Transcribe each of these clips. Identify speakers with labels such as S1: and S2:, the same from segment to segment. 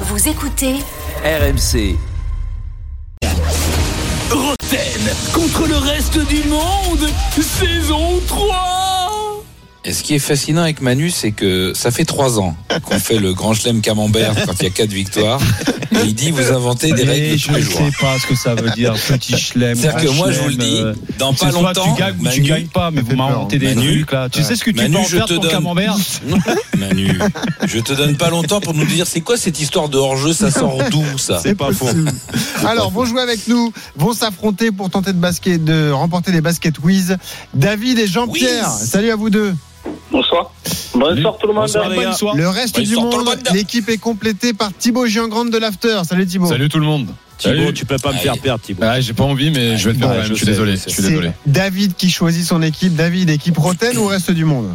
S1: Vous écoutez
S2: RMC.
S3: Roten contre le reste du monde, saison 3
S4: Et ce qui est fascinant avec Manu, c'est que ça fait trois ans qu'on fait le grand chelem camembert quand il y a quatre victoires. Et il dit vous inventez des
S5: Mais
S4: règles de
S5: je
S4: tous les
S5: ne
S4: jours.
S5: sais pas ce que ça veut dire, petit chelem.
S4: C'est-à-dire que
S5: grand
S4: moi, je vous le
S5: chelem,
S4: dis,
S5: euh,
S4: dans
S5: c'est
S4: pas
S5: soit
S4: longtemps,
S5: tu gagnes ou tu
S4: Manu-
S5: gagnes pas, mais
S6: Ça fait
S5: vous m'inventez des
S4: Manu-
S5: trucs là. Tu sais ce que tu
S4: Manu,
S5: peux en
S4: je
S5: faire
S4: te
S5: ton
S4: donne.
S5: camembert
S4: Manu, je te donne pas longtemps pour nous dire c'est quoi cette histoire de hors-jeu, ça sort d'où ça
S6: C'est pas faux. Alors, vont jouer avec nous, vont s'affronter pour tenter de, basket, de remporter les baskets Wiz. David et Jean-Pierre,
S4: Whiz.
S6: salut à vous deux.
S7: Bonsoir. Bonsoir tout le monde.
S5: Bonsoir, bonne soirée.
S6: Le reste
S4: Ils
S6: du
S4: sont dans le
S6: monde,
S4: mode.
S6: l'équipe est complétée par Thibaut Giangrande de l'After. Salut Thibaut.
S5: Salut tout le monde.
S8: Thibaut,
S5: Salut.
S8: tu peux pas me
S4: Aïe.
S8: faire perdre, Thibaut.
S5: Ah, j'ai pas envie, mais je vais le faire
S6: Bon,
S5: quand même.
S8: je
S5: Je suis
S8: sais,
S5: désolé.
S8: je
S5: Je
S8: sais.
S5: suis désolé.
S6: C'est David qui choisit son équipe. David, équipe Roten ou reste du monde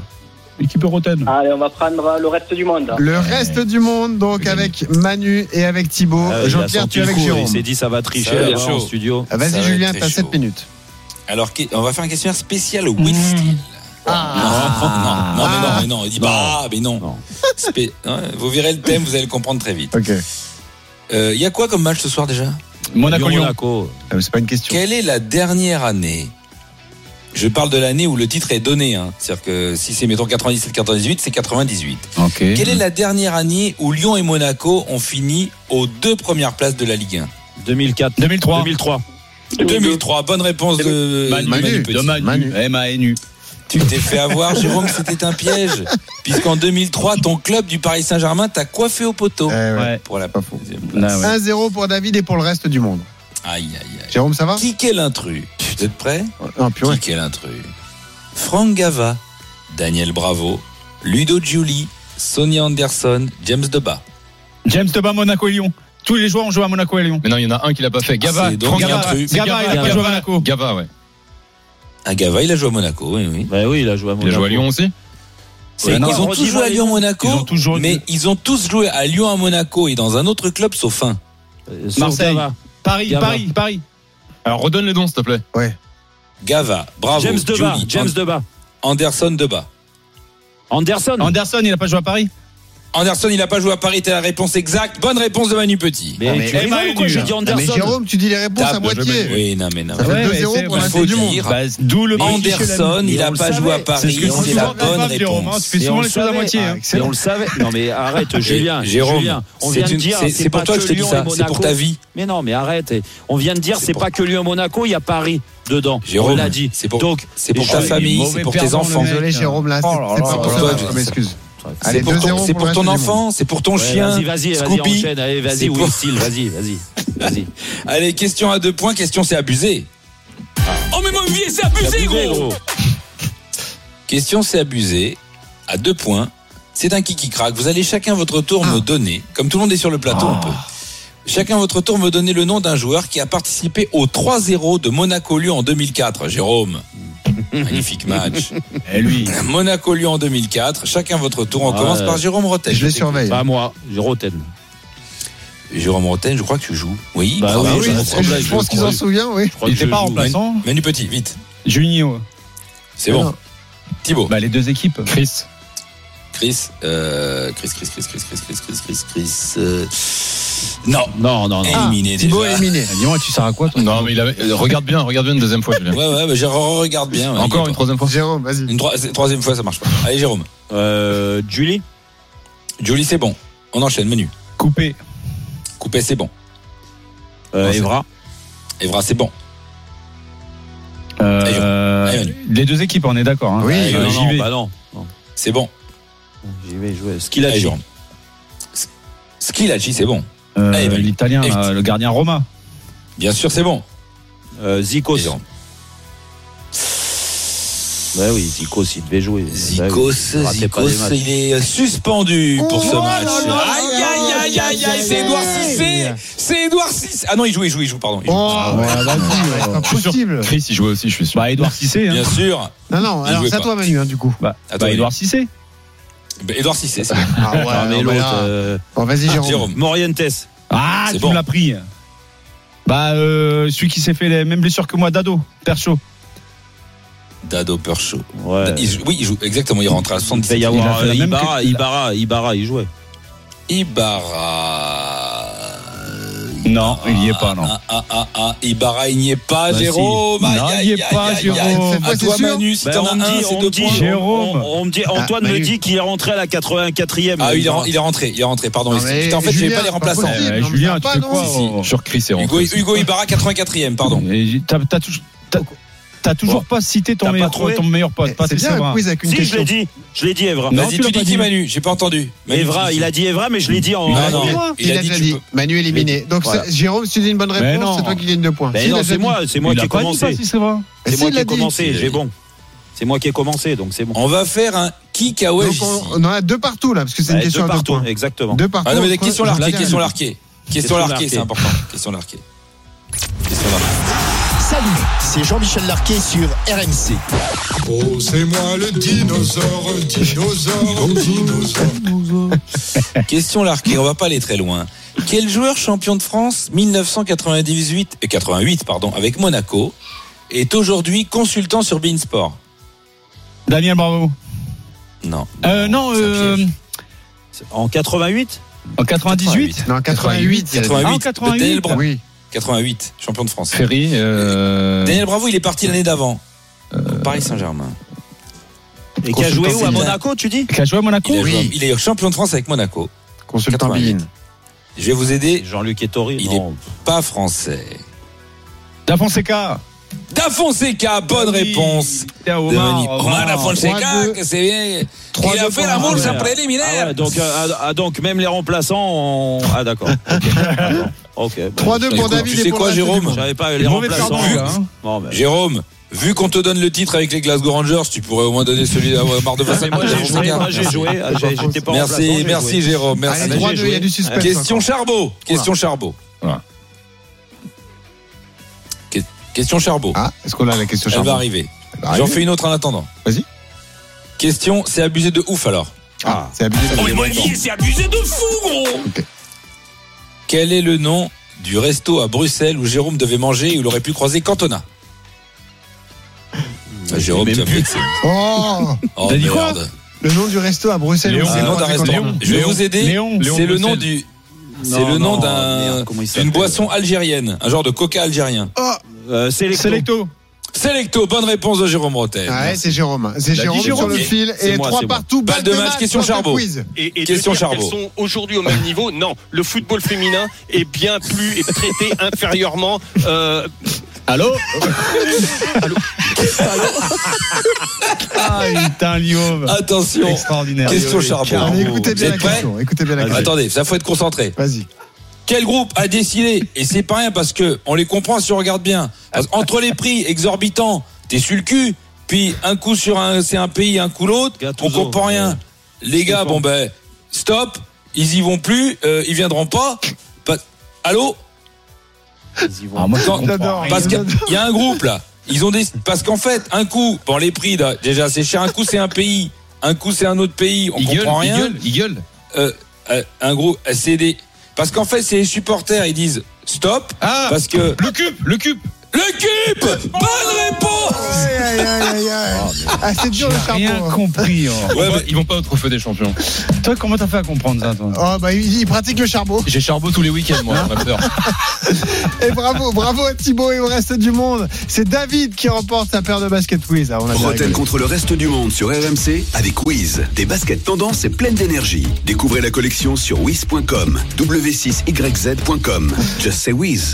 S5: Équipe Roten.
S6: Ah.
S7: Allez, on va prendre le reste du
S8: Ah,
S7: monde.
S6: Le reste du monde, donc avec Manu et avec Thibaut.
S8: Ah oui, il a
S6: Euh, Jean-Pierre,
S8: senti
S6: tu es
S8: le
S6: avec
S8: coup,
S6: Jérôme.
S8: Il s'est dit, ça va tricher
S4: Ça va
S8: là-bas
S4: être chaud.
S8: en studio.
S6: Ah,
S4: Ça
S6: Vas-y
S4: va
S6: Julien,
S4: être
S6: t'as
S4: très
S6: 7
S4: chaud.
S6: minutes.
S4: Alors qu'est- on va faire une question spéciale au Win
S5: Hmm.
S4: Steel.
S6: Ah.
S4: Non, non, mais non,
S6: Ah.
S4: mais non, il dit bah, mais non.
S8: Non.
S4: Spé- hein, vous verrez le thème, vous allez le comprendre très vite.
S6: Ok,
S4: Il y a quoi comme match ce soir déjà
S5: Monaco-Lyon.
S8: Monaco.
S6: Ah, mais c'est pas une question.
S4: Quelle est la dernière année Je parle de l'année où le titre est donné. hein. C'est-à-dire que si c'est, mettons, 97-98, c'est 98.
S5: Ok.
S4: Quelle est la dernière année où Lyon et Monaco ont fini aux deux premières places de la Ligue
S8: 2004.
S5: 2003.
S8: 2003.
S4: 1 2003, bonne réponse de
S5: Manu,
S4: Manu Petit.
S5: de Manu. Eh,
S6: Manu.
S5: M-A-N-U.
S4: Tu t'es fait avoir, Jérôme, c'était un piège. Puisqu'en 2003, ton club du Paris Saint-Germain t'a coiffé au poteau.
S6: Eh ouais.
S5: Ouais.
S4: Pour la
S6: Pas faux.
S4: deuxième
S5: Ah,
S4: place.
S5: ouais.
S6: 1-0 pour David et pour le reste du monde.
S4: Aïe, aïe, aïe.
S6: Jérôme, ça va
S4: Qui qu'est l'intrus Vous êtes prêts
S6: Non, purée.
S4: Qui qu'est l'intrus Franck Gava, Daniel Bravo, Ludo Giuli, Sonia Anderson, James Deba.
S5: James Deba, Monaco et Lyon. Tous les joueurs ont joué à Monaco et Lyon.
S9: Mais non, il y en a un qui l'a pas fait. Gava,
S4: C'est donc
S9: Franck
S4: un
S9: Gava.
S4: truc.
S9: C'est
S5: Gaba, il a
S9: Gava,
S5: pas joué à Monaco.
S9: Gava, ouais.
S4: Ah, Gava, il a joué à Monaco, oui, oui.
S8: Bah oui, il a joué à
S9: Il a
S8: Monaco.
S9: joué à Lyon aussi.
S4: C'est-
S8: Ouais, non,
S4: ils ont tous
S8: redis-moi
S4: joué à
S8: les
S4: Lyon
S8: noms.
S4: Monaco,
S5: Ils ont tous joué-
S4: mais ils ont tous joué à Lyon à Monaco et dans un autre club sauf un.
S8: Euh, sauf
S5: Marseille.
S8: Gava.
S5: Paris,
S8: Gaba.
S5: Paris, Paris.
S9: Alors redonne les dons, s'il te plaît.
S4: Gava, bravo.
S8: James Deba.
S4: Giuli,
S8: James Deba.
S4: An- Anderson Deba.
S8: Anderson.
S5: Anderson, il a pas joué à Paris.
S4: Anderson, il n'a pas joué à Paris, t'as la réponse exacte. Bonne réponse de Manu Petit.
S8: Mais,
S5: Ah, mais eh ben,
S8: tu rigoles
S5: Emma
S8: ou quoi
S5: Henry.
S8: J'ai dit
S6: Non, mais
S8: Anderson.
S6: Jérôme, tu dis les réponses
S4: Tape
S6: à
S4: de
S6: moitié.
S4: Oui, non, mais non.
S6: Ça
S4: mais-
S6: fait
S5: Ouais,
S6: 2-0
S5: ouais,
S6: pour
S5: c'est-
S6: la
S4: faut
S6: Coupe du
S4: dire.
S6: Monde.
S5: Bah, D'où le
S4: Anderson, il
S8: Et
S4: n'a
S8: on le
S4: pas
S8: savait.
S4: joué à
S5: C'est
S4: Paris,
S5: ce que
S4: c'est
S5: tu
S4: la
S5: vois,
S4: bonne
S5: Raphaël, Jérôme, hein,
S4: réponse.
S5: tu fais
S8: Et
S5: souvent
S8: on
S5: les
S8: le
S5: choses à
S8: savait.
S5: moitié. hein.
S8: Et on le savait. Non mais arrête, Julien.
S4: Ah, Jérôme,
S8: Julien, on
S4: c'est
S8: vient de
S4: une-
S8: dire.
S4: c'est- c'est pour
S8: pas
S4: toi que je te dis
S8: Lyon et
S4: ça, c'est pour
S8: Monaco.
S4: ta vie.
S8: Mais non, mais arrête. Et On vient de dire,
S4: C'est
S8: c'est
S4: pour-
S8: pas que Lyon-Monaco, il y a Paris dedans.
S4: Jérôme,
S8: on l'a dit.
S4: c'est pour-
S8: Donc,
S4: C'est pour
S8: Et
S4: ta
S8: je-
S4: famille, c'est pour tes enfants.
S6: Désolé, Jérôme, là, c'est
S5: Oh là
S6: c'est
S5: là
S6: pas
S5: là
S6: pour
S4: là
S6: toi,
S4: là
S6: je
S4: là.
S6: m'excuse.
S4: C'est
S6: Allez,
S4: pour
S6: 2-0
S4: ton, c'est
S6: pour
S4: pour
S6: le
S4: ton
S6: reste du
S4: enfant, c'est pour ton
S8: Ouais,
S4: chien.
S8: Vas-y, vas-y, vas-y,
S4: Scoopy.
S8: enchaîne. Allez,
S4: C'est
S8: vas-y,
S4: pour-
S8: Will Steele, vas-y, vas-y, vas-y.
S4: Allez, question à deux points, question c'est abusé.
S3: Oh mais mon vieil, c'est abusé
S8: Abusé,
S3: gros
S8: gros.
S4: Question c'est abusé, à deux points. C'est un qui craque. Vous allez chacun votre tour me donner, comme tout le monde est sur le plateau, on peut. Chacun votre tour me donner le nom d'un joueur qui a participé au 3-0 de Monaco-Lyon en 2004. Jérôme, magnifique match.
S5: Et lui.
S4: Monaco-Lyon en 2004. Chacun votre tour. On
S8: Ah,
S4: commence
S8: ouais.
S4: par Jérôme Rotten.
S6: Je les surveille.
S8: Pas Bah, moi, je Roten.
S4: Jérôme Rotten, je crois que tu joues. Oui,
S8: Bah oui, je
S4: bravo,
S6: Ah oui,
S4: Jérôme
S8: me
S4: Rotten.
S8: semblait,
S6: je
S8: je
S6: pense
S8: le
S6: qu'ils en
S8: crois.
S6: souviennent, oui.
S8: Je crois
S5: Il
S8: que
S5: était
S8: je
S5: pas
S8: joue.
S5: remplaçant.
S4: Manu Petit, vite.
S5: Juninho.
S4: C'est bon.
S6: Non.
S4: Thibaut.
S5: Bah, les deux équipes.
S9: Chris.
S4: Chris, euh, Chris, Chris, Chris, Chris, Chris, Chris, Chris, Chris, Chris. euh, Non,
S8: Non, non,
S5: Ah,
S8: non.
S4: éliminé
S6: Thibaut
S4: déjà.
S6: éliminé.
S5: Dis-moi, tu sers à quoi, toi
S9: Non, mais il avait- euh, regarde bien, regarde bien une deuxième fois, Julien.
S4: Ouais, ouais, bah, je regarde bien. ouais,
S9: Encore
S4: il y a
S9: une troisième fois.
S6: Jérôme, vas-y.
S4: pas. Une troi- c'est- troisième fois, ça marche pas. Allez, Jérôme.
S8: Euh, Julie
S4: Julie, c'est bon. On enchaîne, menu.
S5: Coupé.
S4: Coupé, c'est bon.
S8: euh,
S4: Enchaîne.
S8: Evra
S4: Evra, c'est bon.
S5: Euh,
S4: Allez, Allez,
S5: les deux équipes, on est d'accord. hein.
S6: Oui.
S5: Euh,
S8: Euh,
S5: j'y
S8: non,
S5: vais.
S8: bah non. non.
S4: C'est bon.
S8: J'y vais jouer. Ce qu'il a
S4: Allez,
S8: dit.
S4: Jérôme. S- Skilachi, c'est bon.
S5: Euh,
S4: Allez, vas-y.
S5: L'Italien,
S4: Et
S5: là,
S4: vite.
S5: le gardien Roma.
S4: Bien sûr, c'est bon.
S8: Euh, Zikos.
S4: Et Jérôme.
S8: Bah oui, Zikos, il devait jouer.
S4: Zikos,
S8: il ratait pas
S4: Zikos,
S8: les matchs.
S4: il est euh, suspendu pour ce match. Aïe, aïe, aïe, aïe, aïe, c'est Edouard Cissé. C'est Edouard Cissé. Ah non, il joue, il joue, il joue, pardon. il joue.
S6: Oh,
S5: ouais, vas-y,
S6: c'est
S5: ouais.
S6: pas possible.
S9: Chris, il jouait aussi, je suis sûr.
S5: Bah, Edouard Cissé. Hein.
S4: Bien sûr.
S6: Non, non,
S4: Il
S6: alors
S4: jouait
S6: c'est à
S4: pas.
S6: toi, Manu, hein, du coup.
S5: Bah,
S4: Attends,
S5: bah,
S4: il-
S5: Edouard Cissé.
S4: Bah, Edouard Cissé, c'est bon.
S6: Ah ouais,
S8: Ah, mais
S6: non,
S8: l'autre,
S6: mais là-
S8: euh,
S6: Bon, vas-y, Jérôme.
S4: Jérôme.
S8: Morientes.
S5: Ah,
S4: C'est
S5: tu
S4: bon.
S5: me l'as pris. Bah, euh, celui qui s'est fait les mêmes blessures que moi, Dado, Percho.
S4: Dado Percho.
S8: Ouais.
S4: Il joue- oui, il joue, exactement, il rentre
S8: Euh.
S4: à e
S8: Il devait
S4: 77.
S8: y
S5: Il a
S8: avoir
S5: fait la
S8: euh,
S5: même
S8: Ibarra,
S5: que-
S8: Ibarra, Ibarra, il jouait.
S4: Ibarra.
S5: Non, il n'y est pas, non.
S4: Ah, ah, ah, ah, Ibarra, il n'y est pas,
S8: Bah,
S4: Jérôme.
S5: si.
S4: Aïe,
S5: Non, il
S4: aïe,
S5: n'y est
S4: aïe,
S5: pas,
S4: aïe, aïe.
S5: Jérôme. Bah,
S6: Cette fois,
S4: À toi,
S6: c'est sûr
S4: Manu, si
S8: Ben,
S4: t'en
S8: on me
S4: as un,
S8: dit,
S4: c'est
S8: on me
S4: deux
S8: dit,
S4: points.
S5: Jérôme.
S8: on- on me dit- Antoine
S6: Ah,
S8: me
S6: Manu.
S8: dit qu'il est rentré à la 84e.
S4: Ah, il est, ren- il est rentré, il est rentré, pardon.
S6: Non, mais
S4: Putain, en fait, je n'ai
S6: Julien,
S4: pas les
S6: c'est pas
S4: remplaçants.
S6: possible.
S5: Eh,
S6: Ah, non, mais
S5: Julien,
S6: ça
S5: tu
S6: va
S5: fais
S6: pas,
S5: quoi
S6: non,
S5: oh
S9: Sur Chris et
S4: Hugo,
S9: rentré.
S4: Hugo Ibarra, 84e, pardon.
S5: Et T'as t'as tou- t'as- t'as toujours pas cité ton
S8: T'as
S5: meilleur
S8: pas trouvé
S5: pote, ton meilleur pote,
S6: Eh, C'est
S5: Patrick
S6: bien un
S5: Sabrin.
S6: quiz avec une
S8: Si, je
S6: question.
S8: l'ai dit. Je l'ai dit, Evra.
S5: Non,
S4: Vas-y,
S5: tu
S4: tu
S5: l'as
S4: dis
S5: pas
S4: qui,
S5: dit.
S4: Manu J'ai pas entendu. Manu,
S8: Evra,
S4: tu dis
S8: il a dit Evra, mais je l'ai dit en.
S4: Non, non.
S8: en-
S4: Il a dit, tu peux-
S6: Manu est éliminé. Donc
S8: Voilà.
S6: c'est- Jérôme, si tu dis une bonne
S5: Mais
S6: réponse,
S5: non.
S6: c'est toi qui gagne deux points.
S8: Ben
S6: Si, il
S8: non,
S6: a
S8: c'est
S6: dit.
S8: moi, c'est moi
S5: Il
S8: qui
S5: a
S8: ai
S5: pas dit,
S8: commencé.
S5: Patrick Sabrin.
S6: Mais
S8: C'est
S6: si,
S8: moi
S6: il
S8: qui
S6: l'a
S8: ai
S6: dit.
S8: commencé, j'ai bon. C'est moi qui ai commencé, donc c'est bon.
S4: On va faire un
S6: Donc,
S4: kikawage.
S6: on, on en a deux partout là, parce que c'est une
S8: Ouais,
S6: question
S8: deux
S6: à deux
S8: partout,
S6: points.
S8: exactement.
S6: Deux partout.
S4: Ah non, mais
S6: entre-
S4: question
S6: entre-
S4: larquée, question
S6: Jérôme.
S4: larquée. Question
S8: Question
S4: larquée, c'est
S8: larquée.
S4: important. Question larquée. Question larquée.
S1: Salut, c'est Jean-Michel Larquet sur RMC.
S2: Oh, c'est moi le dinosaure, dinosaure, dinosaure.
S4: Question larquée, on va pas aller très loin. Quel joueur champion de France 1998 euh, 88 pardon avec Monaco est aujourd'hui consultant sur Beansport
S5: Daniel Bravo.
S4: Non.
S5: Euh, non,
S4: c'est un
S5: euh,
S4: piège.
S8: En 88
S5: en 98
S6: Non, 88. il y a-
S4: 88,
S5: Ah, en 88.
S4: Daniel Bravo,
S6: Oui.
S4: 88, champion de France.
S9: Ferry. euh,
S4: Daniel Bravo, il est parti l'année d'avant. au Paris Saint-Germain.
S8: Et qui a joué où
S4: c'est
S8: à
S4: bien.
S8: Monaco, tu dis
S5: qui a joué à Monaco
S4: Il, a
S6: Oui.
S4: joué- il est champion de France avec Monaco.
S6: Consultant
S4: 88.
S6: Bean.
S4: Je vais vous aider,
S8: Jean-Luc Ettori.
S4: Il
S8: non.
S4: pas français.
S5: Da Fonseca.
S4: Da Fonseca, bonne
S5: Oui.
S4: réponse.
S5: Tiens,
S4: de
S5: Omar,
S4: Manu-
S5: Omar.
S4: Omar Da Fonseca,
S6: 3-2.
S4: que c'est bien. Il a
S6: 3-2
S4: fait
S6: pour
S4: la
S6: Omar.
S4: manche
S8: Ah ouais.
S4: préliminaire.
S8: Ah ouais, donc, euh, ah, ah, donc même les remplaçants. ont- Ah d'accord. Ok. D'accord. Ok. bon.
S6: 3-2 pour
S4: Écoute,
S6: David.
S4: tu
S6: et
S4: sais
S6: pour
S4: quoi,
S6: le reste du
S4: Jérôme
S6: monde.
S8: J'avais pas les
S5: Mauvais
S8: remplaçants.
S5: perdant, là, hein.
S8: Non, mais-
S4: Jérôme, vu qu'on te donne le titre avec les Glasgow Rangers, tu pourrais au moins donner celui à Omar de
S8: Ah,
S4: Fonseca.
S8: mais moi j'ai joué, moi j'ai joué, Ah, j'ai- j'étais pas remplaçant,
S4: Merci,
S8: j'ai
S4: merci
S8: joué.
S4: Jérôme, merci.
S6: Allez,
S8: bah,
S6: 3-2,
S8: j'ai
S6: il y a
S8: joué.
S6: du suspense.
S4: Question
S6: encore.
S4: Charbot. Question Charbot.
S9: Voilà.
S4: Que- Question Charbot.
S6: Ah, est-ce qu'on a la question
S4: Elle va
S6: Charbon
S4: arriver.
S6: Elle va arriver.
S4: J'en fais une autre en attendant.
S6: Vas-y.
S4: Question, c'est abusé de ouf alors.
S6: Ah, c'est abusé.
S3: Oh, mais moi, Olivier, c'est abusé de fou, gros
S4: Quel est le nom du resto à Bruxelles où Jérôme devait manger et où il aurait pu croiser Cantona Ah, Jérôme, tu as
S6: Oh
S4: Oh
S5: T'as dit quoi
S4: merde.
S6: Le nom du resto à Bruxelles.
S5: Léon,
S6: où c'est
S8: Ah,
S4: C'est le nom
S6: croisé
S4: d'un
S6: quand
S4: restaurant.
S6: on-
S9: Léon.
S4: Je vais vous aider.
S5: Léon. Léon
S4: C'est le nom
S9: Bruxelles.
S4: du. C'est
S8: Non,
S4: le nom
S8: non,
S4: d'un
S8: merde, comment il s'appelle
S4: d'une boisson algérienne, un genre de coca algérien.
S8: Euh, Selecto.
S5: Selecto.
S4: Selecto, bonne réponse de Jérôme Rotel.
S6: Ah ouais, c'est Jérôme. C'est
S5: dit
S6: Jérôme, sur
S5: Jérôme.
S6: le fil.
S8: C'est
S6: Et
S8: moi,
S6: 3
S8: c'est moi.
S6: partout.
S4: Balle de match, question
S6: dans ce
S4: Charbot.
S6: quiz.
S10: et, et
S4: Question
S10: de dire
S4: Charbot.
S10: qu'elles sont aujourd'hui au même niveau. Non, le football féminin est bien plus est traité inférieurement. euh,
S5: Allô Ah, putain, Lyon.
S4: Attention.
S5: Extraordinaire.
S4: Question Charbon.
S6: Allez, écoutez
S4: Vous
S6: bien la
S4: êtes prêts
S6: question. Écoutez bien la question.
S4: Attendez, ça faut être concentré.
S6: Vas-y.
S4: Quel groupe a décidé Et c'est pas rien parce que on les comprend si on regarde bien. Parce que entre les prix exorbitants, t'es sur le cul. Puis un coup sur un, c'est un pays, un coup l'autre. On
S8: Gattuso,
S4: comprend rien.
S8: ouais.
S4: Les gars, bon ben, stop. Ils y vont plus. euh, ils viendront pas. Pas- Allô.
S8: Ils y vont.
S5: Ah, moi, je
S4: Quand-
S5: comprends
S6: J'adore.
S5: rien.
S4: Parce qu'il y a un groupe là. Ils ont des parce qu'en fait, un coup, bon les prix là, déjà c'est cher. Un coup c'est un pays, un coup c'est un autre pays. On
S9: Il gueule,
S4: comprend
S9: il
S4: rien.
S9: gueule, il gueule.
S4: Euh, euh, un groupe, euh, c'est des parce qu'en fait c'est les supporters. Ils disent stop
S9: Ah
S4: parce que
S9: Le cube, le cube.
S4: le cube. Bonne réponse.
S6: Aïe, aïe, aïe, aïe, aïe. Ah, c'est dur le
S5: Rien
S6: Charbon. hein.
S5: compris. hein.
S9: Ils vont pas- Ils vont pas au trophée des champions.
S5: Toi, comment t'as fait à comprendre ça, toi
S6: Oh, bah, il il pratique le Charbon.
S9: J'ai Charbot tous les week-ends, moi, on a peur.
S6: Et bravo, bravo à Thibaut et au reste du monde. C'est David qui remporte sa paire de basket quiz. Ah, on a bien
S11: Roten
S6: rigolé.
S11: contre le reste du monde sur RMC avec Wiz. Des baskets tendances et pleines d'énergie. Découvrez la collection sur wiz.com, w6yz.com. Just say Wiz.